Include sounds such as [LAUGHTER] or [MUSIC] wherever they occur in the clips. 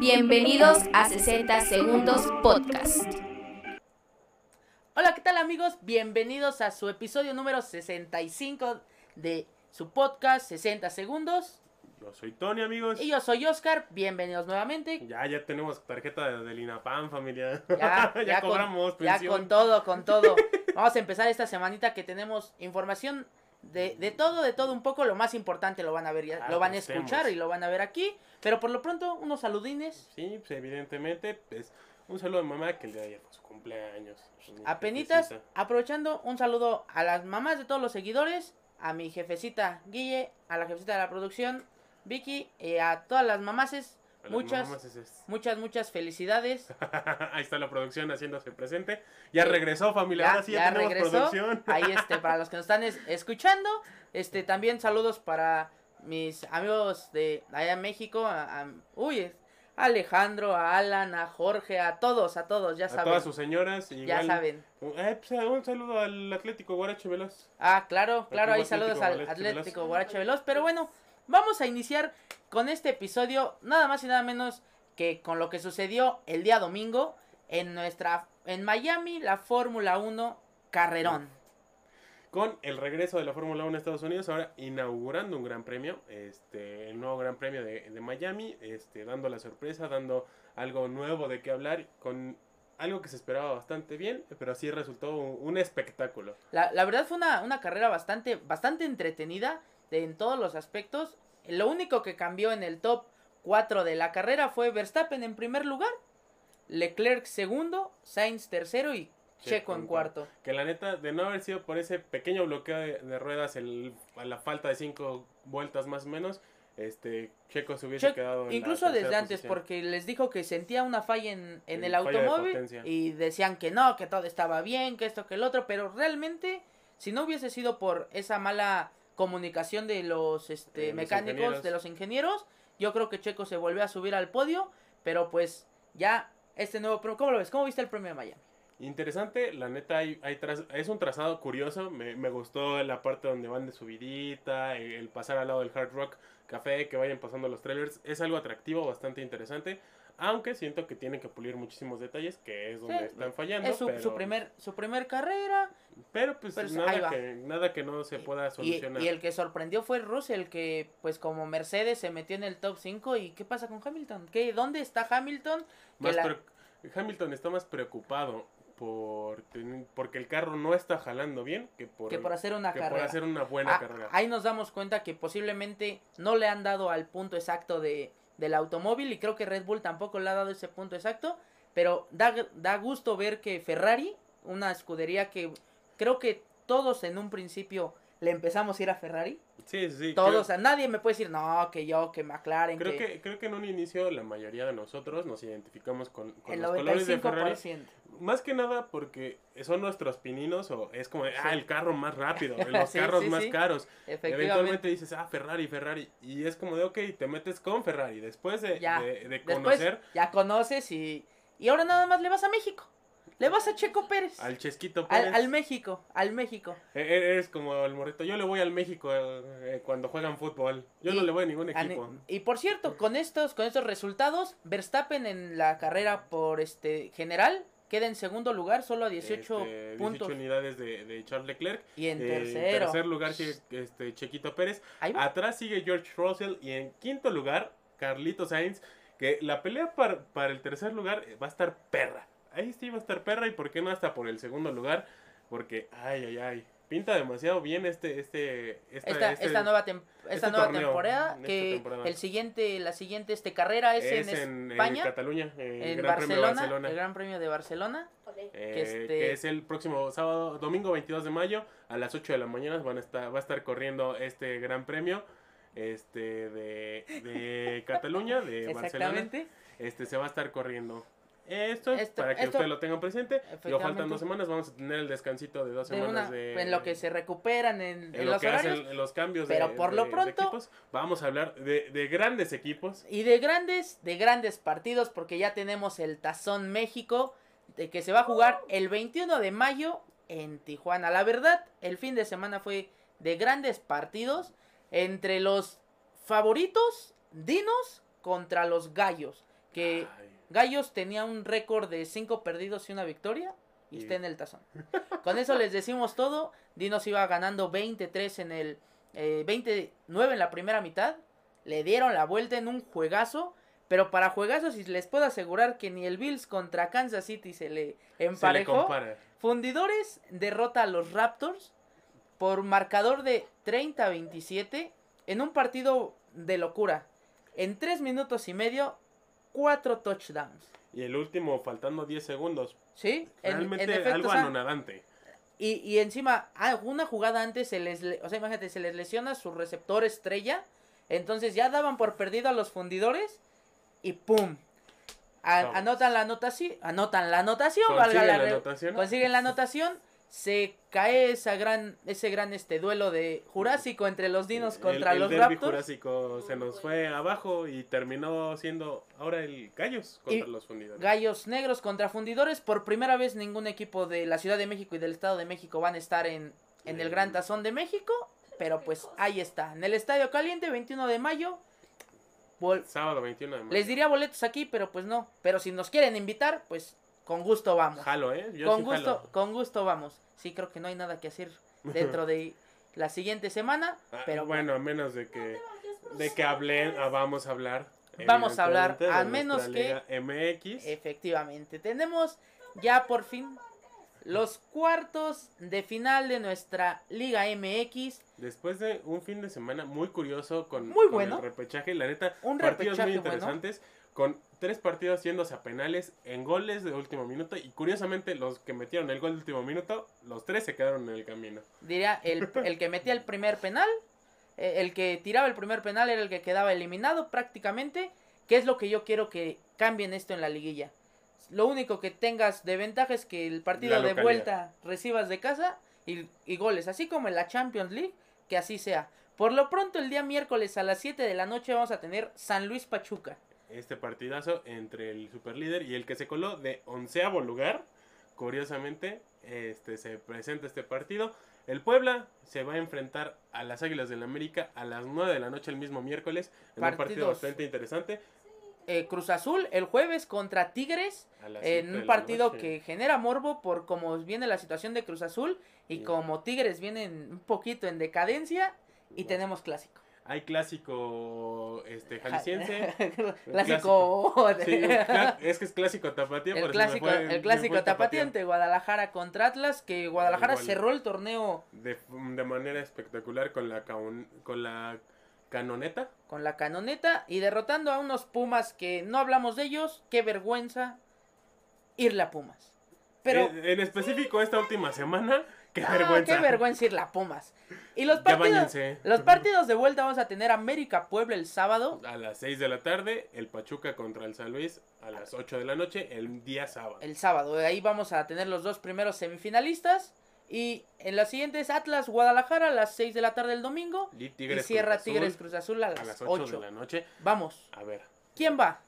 Bienvenidos a 60 Segundos Podcast. Hola, ¿qué tal amigos? Bienvenidos a su episodio número 65 de su podcast 60 Segundos. Yo soy Tony, amigos. Y yo soy Oscar, bienvenidos nuevamente. Ya, ya tenemos tarjeta de, del INAPAM, familia. Ya, [LAUGHS] Ya con- cobramos ya pensión. con todo, con todo. Vamos a empezar esta semanita que tenemos información de, de todo, de todo un poco. Lo más importante lo van a ver, ya- Ah, lo van a pues, escuchar vemos. y lo van a ver aquí. Pero por lo pronto, unos saludines. Sí, pues evidentemente, pues un saludo a mi mamá que el día de ayer fue su cumpleaños. Pues, Mi Apenitas, jefecita. aprovechando, un saludo a las mamás de todos los seguidores, a mi jefecita Guille, a la jefecita de la producción, Vicky, eh, a todas las mamases, A las muchas, mamás es- es- [LAUGHS] muchas, muchas felicidades. Ahí está la producción haciéndose presente. Ya regresó, familia. Ya- Ahora sí ya, ya tenemos regresó. producción. Ahí este, para los que nos están es- escuchando, este, también saludos para mis amigos de allá en México, a, a- uy, es- a Alejandro, a Alan, a Jorge, a todos, a todos, ya a saben. todas sus señoras. y ya igual- saben. Eh, pues, un saludo al Atlético Guaracho Veloz. Ah, claro, claro, ahí Atlético saludos al Guarache Atlético Veloz. Guarache Veloz. Pero bueno, vamos a iniciar con este episodio, nada más y nada menos que con lo que sucedió el día domingo en nuestra, en Miami, la Fórmula 1 Carrerón. Con el regreso de la Fórmula 1 a Estados Unidos, ahora inaugurando un gran premio, este, el nuevo gran premio de, de Miami, este, dando la sorpresa, dando algo nuevo de qué hablar, con algo que se esperaba bastante bien, pero sí resultó un, un espectáculo. La, la verdad fue una, una carrera bastante, bastante entretenida de- en todos los aspectos. Lo único que cambió en el top 4 de la carrera fue Verstappen en primer lugar, Leclerc segundo, Sainz tercero y Checo en cuarto. Que la neta, de no haber sido por ese pequeño bloqueo de, de ruedas, el, a la falta de cinco vueltas más o menos, este, Checo se hubiese Checo- quedado en la Incluso desde tercera antes, posición. porque les dijo que sentía una falla en, en En el falla de automóvil potencia. y decían que no, que todo estaba bien, que esto, que el otro, pero realmente, si no hubiese sido por esa mala comunicación de los De este, Eh, los mecánicos, ingenieros. de los ingenieros, yo creo que Checo se volvió a subir al podio, pero pues ya este nuevo premio, ¿cómo lo ves? ¿Cómo viste el premio de Miami? Interesante, la neta hay, hay traz- es un trazado curioso, me, me gustó la parte donde van de subidita, el, el pasar al lado del Hard Rock Café, que vayan pasando los trailers, es algo atractivo, bastante interesante, aunque siento que tienen que pulir muchísimos detalles, que es donde Sí, están fallando. Es su, pero, su primer, su primer carrera pero pues pero ahí va. nada, que, nada que no se pueda y, solucionar. y el que sorprendió fue Russell, que pues como Mercedes se metió en el top 5 y ¿qué pasa con Hamilton? ¿Qué, ¿Dónde está Hamilton? que Más la- pre- Hamilton está más preocupado por ten- porque el carro no está jalando bien que por, que por hacer una que por carrera. hacer una buena Ah, carrera. Ahí nos damos cuenta que posiblemente no le han dado al punto exacto de, del automóvil y creo que Red Bull tampoco le ha dado ese punto exacto, pero da, da gusto ver que Ferrari, una escudería que creo que todos en un principio le empezamos a ir a Ferrari, Sí, sí, sí, todos, creo- o sea, nadie me puede decir, no, que yo, que McLaren, Creo que, que, creo que en un inicio la mayoría de nosotros nos identificamos con, con el los colores de Ferrari. 95%. Más que nada porque son nuestros pininos o es como, de, ah, Sí. el carro más rápido, [LAUGHS] los Sí, carros sí, más sí. caros. Efectivamente. Eventualmente dices, ah, Ferrari, Ferrari. Y es como de, ok, te metes con Ferrari. Después de, Ya. de- de Después conocer ya conoces y, y ahora nada más le vas a México. Le vas a Checo Pérez. Al, al Chesquito Pérez, al, México, al México. e- e- eres como el morrito. Yo le voy al México eh, eh, cuando juegan fútbol. Yo Y- no le voy a ningún Ani- equipo. Y por cierto, con estos, con estos resultados, Verstappen en la carrera por este general queda en segundo lugar, solo a 18 Este, puntos. 18 unidades de, de Charles Leclerc. y en Eh, tercero. tercer lugar sigue este, Chequito Pérez. Ahí va. Atrás sigue George Russell y en quinto lugar Carlito Sainz, que la pelea par- para el tercer lugar eh, va a estar perra. Ahí sí va a estar perra y por qué no hasta por el segundo lugar, porque ay ay ay, pinta demasiado bien este este esta, esta, este- esta nueva, tem- esta este nueva torneo, temporada, esta que temporada. el siguiente, la siguiente este carrera es, es en en, eh, en España, en, Cataluña, en, Barcelona, Barcelona. el Gran Premio de Barcelona. eh, que este- que es el próximo sábado, domingo 22 de mayo, a las 8 de la mañana van a estar, va a estar corriendo este gran premio este de, [LAUGHS] de Cataluña, de Barcelona. Exactamente. Este se va a estar corriendo. Esto es Esto- para que esto- usted lo tenga presente. Digo, faltan Efectivamente. dos semanas, vamos a tener el descansito de dos de semanas una- de, en lo que se recuperan en, en en lo los que hacen horarios los cambios pero de, por de- lo de pronto- equipos. Vamos a hablar de, de grandes equipos. y de grandes de grandes partidos porque ya tenemos el Tazón México de que se va a jugar el 21 de mayo en Tijuana. La verdad, el fin de semana fue de grandes partidos entre los favoritos dinos contra los gallos, que Ay, Gallos tenía un récord de 5 perdidos y una victoria y Y- está en el tazón. Con eso les decimos todo. Dinos iba ganando 23 en el eh, 29 en la primera mitad. Le dieron la vuelta en un juegazo. Pero para juegazos, y les puedo asegurar que ni el Bills contra Kansas City se le se le emparejó. compara. Fundidores derrota a los Raptors por marcador de 30-27 en un partido de locura. En 3 minutos y medio, 4 touchdowns. Y el último faltando 10 segundos. ¿Sí? En- En, Realmente efecto, algo o sea, anonadante. y, y encima, ah, una jugada antes, se les, le- o sea, imagínate, se les lesiona su receptor estrella. Entonces ya daban por perdido a los fundidores y ¡pum! A- Vamos. anotan la anotación, anotan la anotación, valga Consigue la la re- anotación. consiguen la anotación, se cae esa gran, ese gran este duelo de Jurásico entre los dinos El- contra el los derbi Raptors. Jurásico se nos fue abajo y terminó siendo ahora el Gallos contra Y los fundidores. Gallos negros contra fundidores. Por primera vez ningún equipo de la Ciudad de México y del Estado de México van a estar en, en el Eh. Gran Tazón de México. Pero pues ahí está. En el Estadio Caliente, 21 de mayo. Vol- Sábado 21 de mayo. Les diría boletos aquí, pero pues no. Pero si nos quieren invitar, pues con gusto vamos. Jalo, ¿eh? Yo con sí gusto, jalo. con gusto vamos. Sí, creo que no hay nada que hacer dentro [LAUGHS] de la siguiente semana, Ah, pero bueno, a menos de que de que hablen, ah, vamos a hablar. Vamos a hablar, evidentemente, de al menos nuestra Liga MX. efectivamente tenemos ya por fin los cuartos de final de nuestra Liga MX. Después de un fin de semana muy curioso con, Muy con bueno. el repechaje, la neta, Un partidos muy repechaje bueno. interesantes, con tres partidos yéndose a penales en goles de último minuto y curiosamente los que metieron el gol de último minuto, los tres se quedaron en el camino. Diría, el, el que metía el primer penal, eh, el que tiraba el primer penal era el que quedaba eliminado prácticamente, que es lo que yo quiero que cambien esto en la liguilla. Lo único que tengas de ventaja es que el partido La de localía. vuelta recibas de casa y, y goles, así como en la Champions League, que así sea. Por lo pronto el día miércoles a las 7 de la noche vamos a tener San Luis Pachuca. Este partidazo entre el superlíder y el que se coló de onceavo lugar, curiosamente, este se presenta este partido. El Puebla se va a enfrentar a las Águilas del América a las 9 de la noche el mismo miércoles en un partido Partidos. bastante interesante. Eh, Cruz Azul el jueves contra Tigres a las siete en de un la partido noche. que genera morbo por cómo viene la situación de Cruz Azul y Sí. como Tigres vienen un poquito en decadencia y Bueno. tenemos clásico. Hay clásico este [LAUGHS] jalisciense. clásico. Sí, [LAUGHS] un cla- es que es clásico tapatío. El pero se me clásico, fue- se el me clásico fue tapatío entre Guadalajara contra Atlas, que Guadalajara Igual. cerró el torneo De, de manera espectacular con la, caun- con la canoneta. con la canoneta y derrotando a unos Pumas que no hablamos de ellos, qué vergüenza irle a Pumas. Pero en, en específico esta última semana. Eh, [LAUGHS] Qué Ah, vergüenza. Qué vergüenza ir la Pumas. Y los Ya partidos, báñense. los partidos de vuelta vamos a tener América Puebla el sábado. A las 6 de la tarde, el Pachuca contra el San Luis. A las 8 de la noche, el día sábado. El sábado, ahí vamos a tener los dos primeros semifinalistas. Y en los siguientes Atlas Guadalajara a las 6 de la tarde el domingo. Y Tigres y Sierra Cruz Azul Tigres Cruz Azul a A las las 8. 8 de la noche. Vamos, A ver, ¿quién va?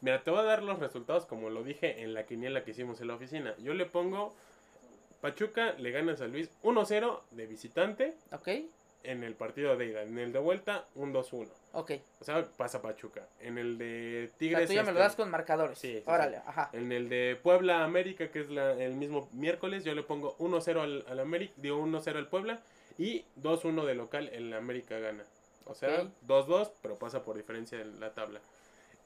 Mira, te voy a dar los resultados como lo dije en la quiniela que hicimos en la oficina. Yo le pongo Pachuca le gana a San Luis 1-0 de visitante ¿Ok? en el partido de ida. En el de vuelta, un 2-1. Ok. O O sea, pasa Pachuca. En el de sea, Tigres... tú ya me lo este, das con marcadores. Sí, sí, sí. este, Órale, ajá. En el de Puebla América, que es la- el mismo miércoles, yo le pongo 1-0 al, al América, digo 1-0 al Puebla y 2-1 de local, el América gana. O sea, Ok. 2-2, pero pasa por diferencia en la tabla.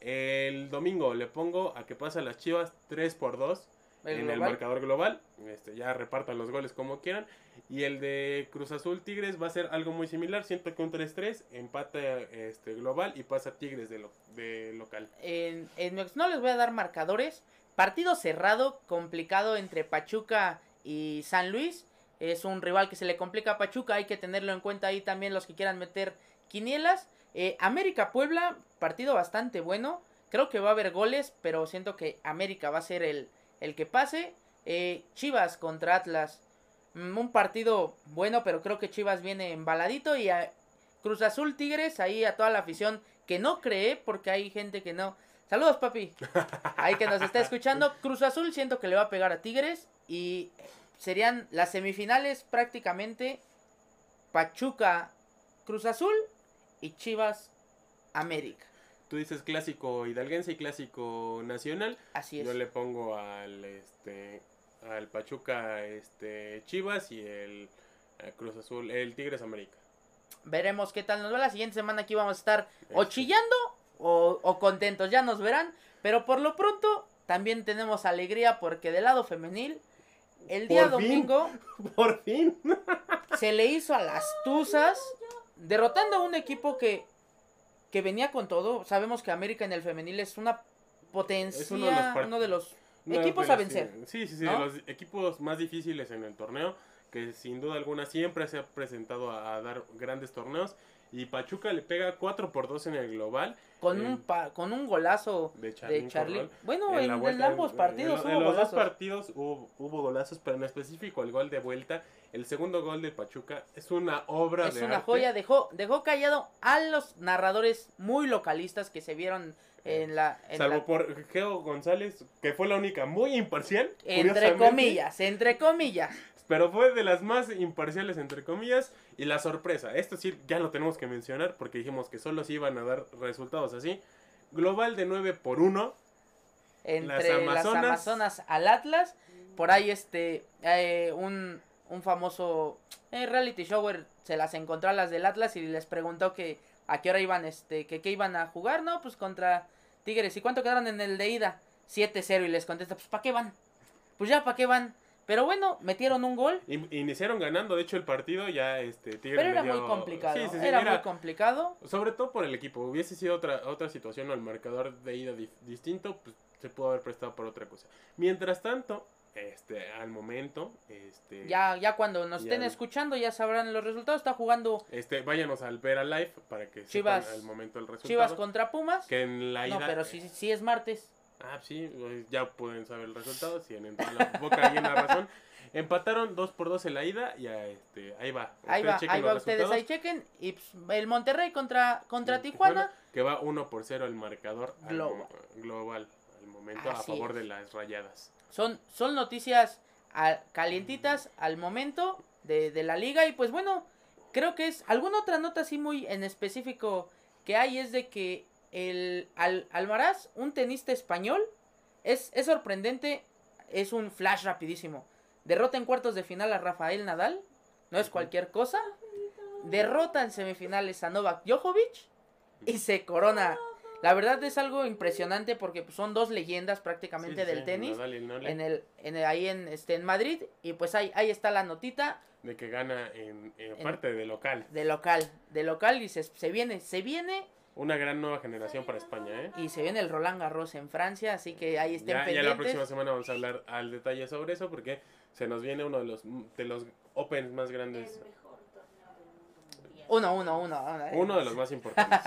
El domingo le pongo a que pasa las Chivas 3 por 2 El en el global. marcador global. Este, ya repartan los goles como quieran. Y el de Cruz Azul Tigres va a ser algo muy similar. Siento que un 3-3, empate este, global y pasa Tigres de, lo, de local. En, en mi- no les voy a dar marcadores. Partido cerrado, complicado entre Pachuca y San Luis. Es un rival que se le complica a Pachuca. Hay que tenerlo en cuenta ahí también los que quieran meter quinielas. Eh, América Puebla, partido bastante bueno. Creo que va a haber goles, pero siento que América va a ser el, el que pase. Eh, Chivas contra Atlas. Mm, Un partido bueno, pero creo que Chivas viene embaladito. Y a Cruz Azul Tigres, ahí a toda la afición que no cree, porque hay gente que no. Saludos, papi. Ahí que nos está [LAUGHS] escuchando. Cruz Azul siento que le va a pegar a Tigres. Y serían las semifinales prácticamente Pachuca, Cruz Azul y Chivas América. tú dices clásico hidalguense y clásico nacional. Así es. Yo le pongo al este al Pachuca este Chivas y el eh, Cruz Azul, el Tigres América. [LAUGHS] Veremos qué tal nos va la siguiente semana. Aquí vamos a estar o Este, chillando o, o contentos. Ya nos verán. Pero por lo pronto también tenemos alegría porque del lado femenil, el día Por fin. domingo Por fin. se le hizo a las Tuzas, derrotando a un equipo que, que venía con todo. Sabemos que América en el femenil es una potencia, Es uno de los par- uno de los No, Equipos pero a vencer, Sí, sí, sí, ¿no? de los equipos más difíciles en el torneo, que sin duda alguna siempre se ha presentado a, a dar grandes torneos. Y Pachuca le pega 4 por 2 en el global con Eh, un pa- con un golazo de Charly. de Charlie. Bueno, en, en ambos partidos En, hubo los dos golazos. partidos hubo, hubo golazos, pero en específico el gol de vuelta, el segundo gol del Pachuca, es una obra Es de una arte. joya, dejó, dejó callado a los narradores muy localistas que se vieron en la... en Eh, Salvo la- por Geo González, que fue la única muy imparcial. entre curiosamente. comillas, entre comillas. Pero fue de las más imparciales, entre comillas. Y la sorpresa, esto sí ya lo tenemos que mencionar porque dijimos que solo se iban a dar resultados así. Global de 9 por 1. Entre las Amazonas, Amazonas. al Atlas. Por ahí este, eh, un, un famoso eh, reality shower se las encontró a las del Atlas y les preguntó que a qué hora iban, este, que qué iban a jugar, ¿no? Pues contra Tigres. ¿Y cuánto quedaron en el de ida? 7-0 y les contesta, pues ¿para qué van? Pues ya, ¿para qué van? Pero bueno, metieron un gol. In- iniciaron ganando, de hecho, el partido ya este, Tigres Pero era le dio- muy complicado. Sí, sí, sí, era, era- muy complicado. Sobre todo por el equipo. Hubiese sido otra, otra situación o el marcador de ida dif- distinto, pues se pudo haber prestado por otra cosa. Mientras tanto, este, al momento, este, Ya, ya cuando nos Ya. estén escuchando ya sabrán los resultados. Está jugando este, váyanos al Vera Live para que Chivas- sepan al momento el resultado. Chivas contra Pumas. que en la No, ida eh, pero sí, sí es martes. Ah, sí, pues, ya pueden saber el resultado, si en la boca en la razón. Empataron 2 por 2 en la ida y ah, este, ahí va. Ahí Ustedes va, chequen ahí los va ustedes, ahí resultados. chequen. Y pues, el Monterrey contra, contra Y Tijuana. Este, Que va 1 por 0 el marcador al Global. mo- global al momento Así a favor es. de las rayadas. Son, son noticias a- calientitas al momento de, de la liga. Y pues bueno, creo que es. Alguna otra nota así muy en específico que hay es de que el Al- Almaraz, un tenista español, es, es sorprendente. Es un flash rapidísimo. Derrota en cuartos de final a Rafael Nadal. No es Ujú. cualquier cosa. Derrota en semifinales a Novak Djokovic. Y se corona. La verdad es algo impresionante porque pues, son dos leyendas prácticamente Sí, sí, del sí, tenis Nadal y Nadal, en el, en el- ahí en, este, en Madrid. Y pues ahí, ahí está la notita De que gana en, en parte de local. de local. De local y se, se viene, se viene Una gran nueva generación para España, ¿eh? y se viene el Roland Garros en Francia. Así que ahí estén Ya, ya pendientes. la próxima semana vamos a hablar al detalle sobre eso porque se nos viene uno de los de los Opens más grandes, Uno, uno, uno, uno, eh. uno de los más importantes.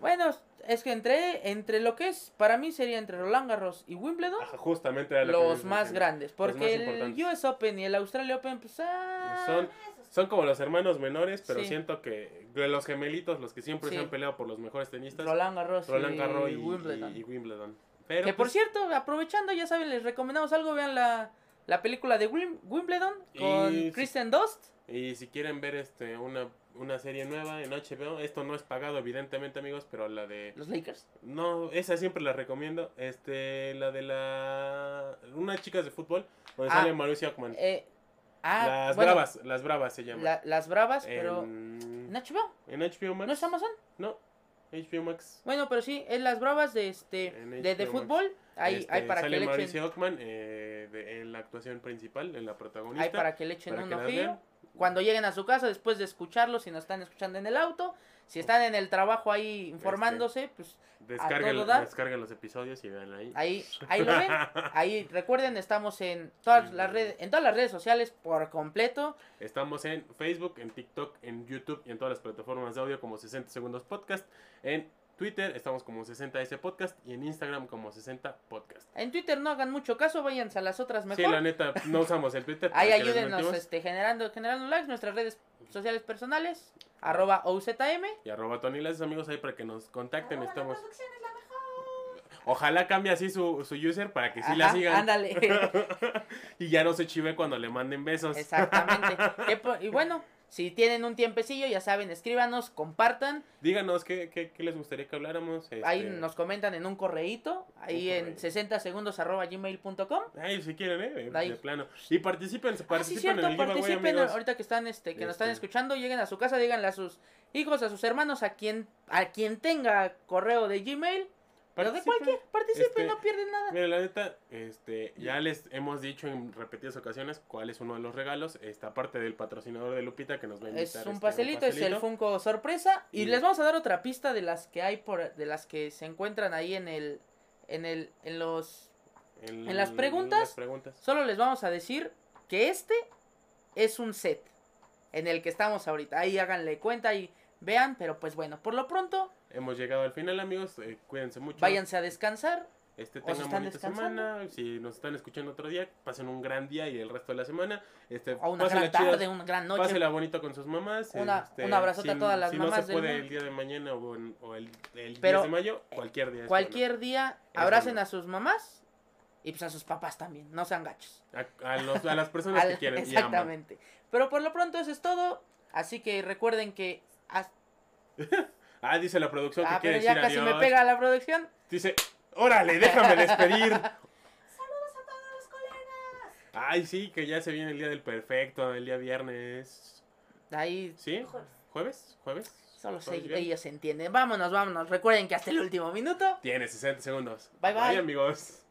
Bueno, es que entre, entre lo que es, para mí sería entre Roland Garros y Wimbledon, Ajá, justamente era Ah, lo que los les más decía. grandes. Porque más el importantes. US Open y el Australia Open, pues... ah, Son, son como los hermanos menores, pero Sí. siento que de los gemelitos, los que siempre Sí. se han peleado por los mejores tenistas, Roland, Roland Garros, y, Garros y, y Wimbledon. Wimbledon. Pero que por pues, cierto, aprovechando, ya saben, les recomendamos algo, vean la, la película de Wim- Wimbledon con Y- Kristen Dust. y si quieren ver este una, una serie nueva en HBO, esto no es pagado evidentemente, amigos, pero la de Los Lakers. no, esa siempre la recomiendo, este la de la unas chicas de fútbol donde Ah, sale Mauricio Ackman. Eh, ah, las bueno, Bravas, las Bravas se llama. la- las Bravas, pero... en, ¿En HBO? en HBO Max. ¿No es Amazon? No, HBO Max. Bueno, pero sí, es las Bravas de este En de, de HBO Max. fútbol. Ahí, Este, ahí para que sale le echen... Mauricio Ockman eh, de- en la actuación principal, en la protagonista. Ahí para que le echen para un que las ojillo. vean. Cuando lleguen a su casa, después de escucharlo, si nos están escuchando en el auto, si están en el trabajo ahí informándose, pues Descarguen, todo dar. descarguen los episodios y vean ahí. ahí, ahí lo ven. [LAUGHS] Ahí recuerden, estamos en todas las redes, en todas las redes sociales por completo. Estamos en Facebook, en TikTok, en YouTube y en todas las plataformas de audio como 60 Segundos Podcast. En Twitter estamos como 60S Podcast y en Instagram como 60 Podcast. En Twitter no hagan mucho caso, váyanse a las otras Sí, la mejor. neta, no usamos el [LAUGHS] Twitter. ahí para que les ayúdenos mentimos. este, generando, generando likes, nuestras redes sociales personales, arroba OZM. Y arroba Tony Lazos, amigos, ahí para que nos contacten. Estamos... Ojalá cambie así su, su user para que sí la Ajá, sigan. [LAUGHS] Ándale. y ya no se chive cuando le manden besos. Exactamente. Que po- y bueno, Si tienen un tiempecillo, ya saben, escríbanos, compartan. Díganos qué, qué, qué les gustaría que habláramos. este, Ahí nos comentan en un correíto, ahí en correíto. 60 segundos arroba gmail.com. Ay, si quieren, ¿eh? De, Ahí. de plano. Y participen, Ah, sí, participen cierto, en el giveaway, participen amigos. ahorita que están, este, que nos están Este. escuchando, lleguen a su casa, díganle a sus hijos, a sus hermanos, a quien, a quien tenga correo de Gmail, pero de Participen. cualquier, participen, Este, no pierden nada. Mira, la neta, este, ya les hemos dicho en repetidas ocasiones cuál es uno de los regalos. Esta aparte del patrocinador de Lupita que nos va a invitar. Es este, un pastelito, es el pastelito. Funko sorpresa. Y Y- les vamos a dar otra pista de las que hay por, de las que se encuentran ahí en el, en el, en los en las preguntas. las preguntas. Solo les vamos a decir que este es un set en el que estamos ahorita. Ahí háganle cuenta y vean, pero pues bueno, por lo pronto, Hemos llegado al final, amigos. eh, cuídense mucho. váyanse a descansar. Este, ¿O tengan si están bonita descansando? semana. Si nos están escuchando otro día, pasen un gran día y el resto de la semana. Este, A una pásenla gran tarde, chida, una gran noche. Pásenla bonito con sus mamás. Una- este, un abrazote a si- todas las si mamás no se del puede mundo. el día de mañana o, en- o el, el Pero, 10 de mayo, cualquier día. es Cualquier día, Es abracen bueno. a sus mamás y pues a sus papás también. No sean gachos. bueno. A, a los- a las personas que Al- quieren. y aman. Exactamente. Pero por lo pronto eso es todo. Así que recuerden que... hasta- Ah, dice la producción Ah, que quiere pero decir ya casi me adiós. pega la producción. Dice, órale, déjame despedir. [LAUGHS] Ay, sí, que ya se viene el día del perfecto, el día viernes. Ahí ¿Sí? Jueves. ¿Jueves? ¿Jueves? solo se- ¿Jueves viernes? ellos entienden. Vámonos, vámonos. Recuerden que hasta el último minuto... Tiene 60 segundos. Bye, bye. Bye, amigos.